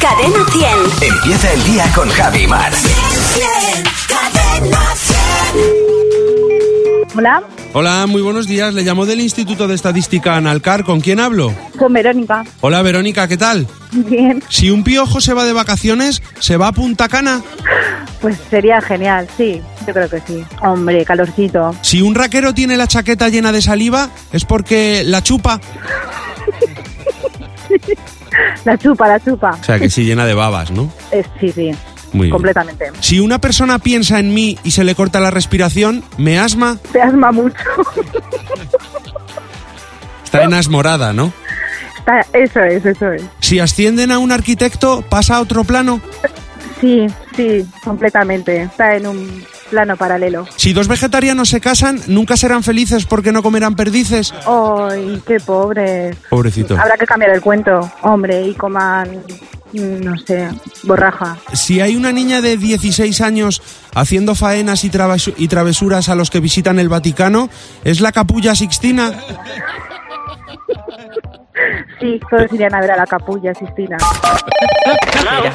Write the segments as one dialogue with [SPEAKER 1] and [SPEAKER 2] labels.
[SPEAKER 1] Cadena 100.
[SPEAKER 2] Empieza el día con Javi Mar.
[SPEAKER 1] Cadena 100.
[SPEAKER 3] Hola,
[SPEAKER 4] Hola, muy buenos días. Le llamo del Instituto de Estadística Analcar. ¿Con quién hablo?
[SPEAKER 3] con Verónica.
[SPEAKER 4] Hola, Verónica, ¿qué tal?
[SPEAKER 3] Bien,
[SPEAKER 4] Si un piojo se va de vacaciones, ¿se va a Punta Cana?
[SPEAKER 3] pues sería genial, sí, yo creo que sí. Hombre, calorcito.
[SPEAKER 4] Si un raquero tiene la chaqueta llena de saliva, es porque la chupa.
[SPEAKER 3] La chupa, la chupa.
[SPEAKER 4] O sea, que sí, llena de babas, ¿no?
[SPEAKER 3] Eh, sí, sí,
[SPEAKER 4] Muy bien.
[SPEAKER 3] completamente.
[SPEAKER 4] Si una persona piensa en mí y se le corta la respiración, me asma,
[SPEAKER 3] Te asma mucho.
[SPEAKER 4] está en asmorada, ¿no?
[SPEAKER 3] Está- eso es, eso es.
[SPEAKER 4] Si ascienden a un arquitecto, pasa a otro plano.
[SPEAKER 3] Sí, sí, completamente. Está en un plano paralelo.
[SPEAKER 4] Si dos vegetarianos se casan, nunca serán felices porque no comerán perdices.
[SPEAKER 3] ¡Ay, qué pobre!
[SPEAKER 4] Pobrecito.
[SPEAKER 3] Habrá que cambiar el cuento, hombre, y coman, mm, no sé, borraja.
[SPEAKER 4] Si hay una niña de 16 años haciendo faenas y, travesu- y travesuras a los que visitan el Vaticano, ¿es la capulla sixtina?
[SPEAKER 3] Sí, todos irían a ver a la capulla, Sistina.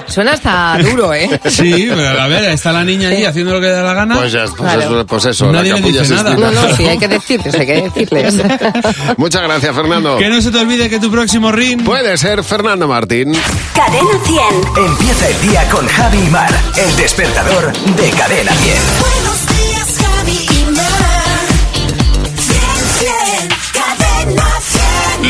[SPEAKER 5] Suena hasta duro, ¿eh?
[SPEAKER 4] Sí, pero a ver, está la niña ahí haciendo lo que le da la gana.
[SPEAKER 6] Pues, ya, pues
[SPEAKER 5] Claro.
[SPEAKER 6] eso, pues eso,
[SPEAKER 4] Nadie
[SPEAKER 6] la
[SPEAKER 4] le
[SPEAKER 6] capulla
[SPEAKER 4] dice nada.
[SPEAKER 6] Sistina.
[SPEAKER 5] No, no, sí, hay que decirles, hay que decirles.
[SPEAKER 6] Muchas gracias, Fernando.
[SPEAKER 4] Que no se te olvide que tu próximo ring...
[SPEAKER 6] Puede ser Fernando Martín.
[SPEAKER 1] Cadena 100.
[SPEAKER 2] Empieza el día con Javi Mar. El despertador de Cadena 10.
[SPEAKER 1] Buenos días, Javi y Mar. Cadena 100.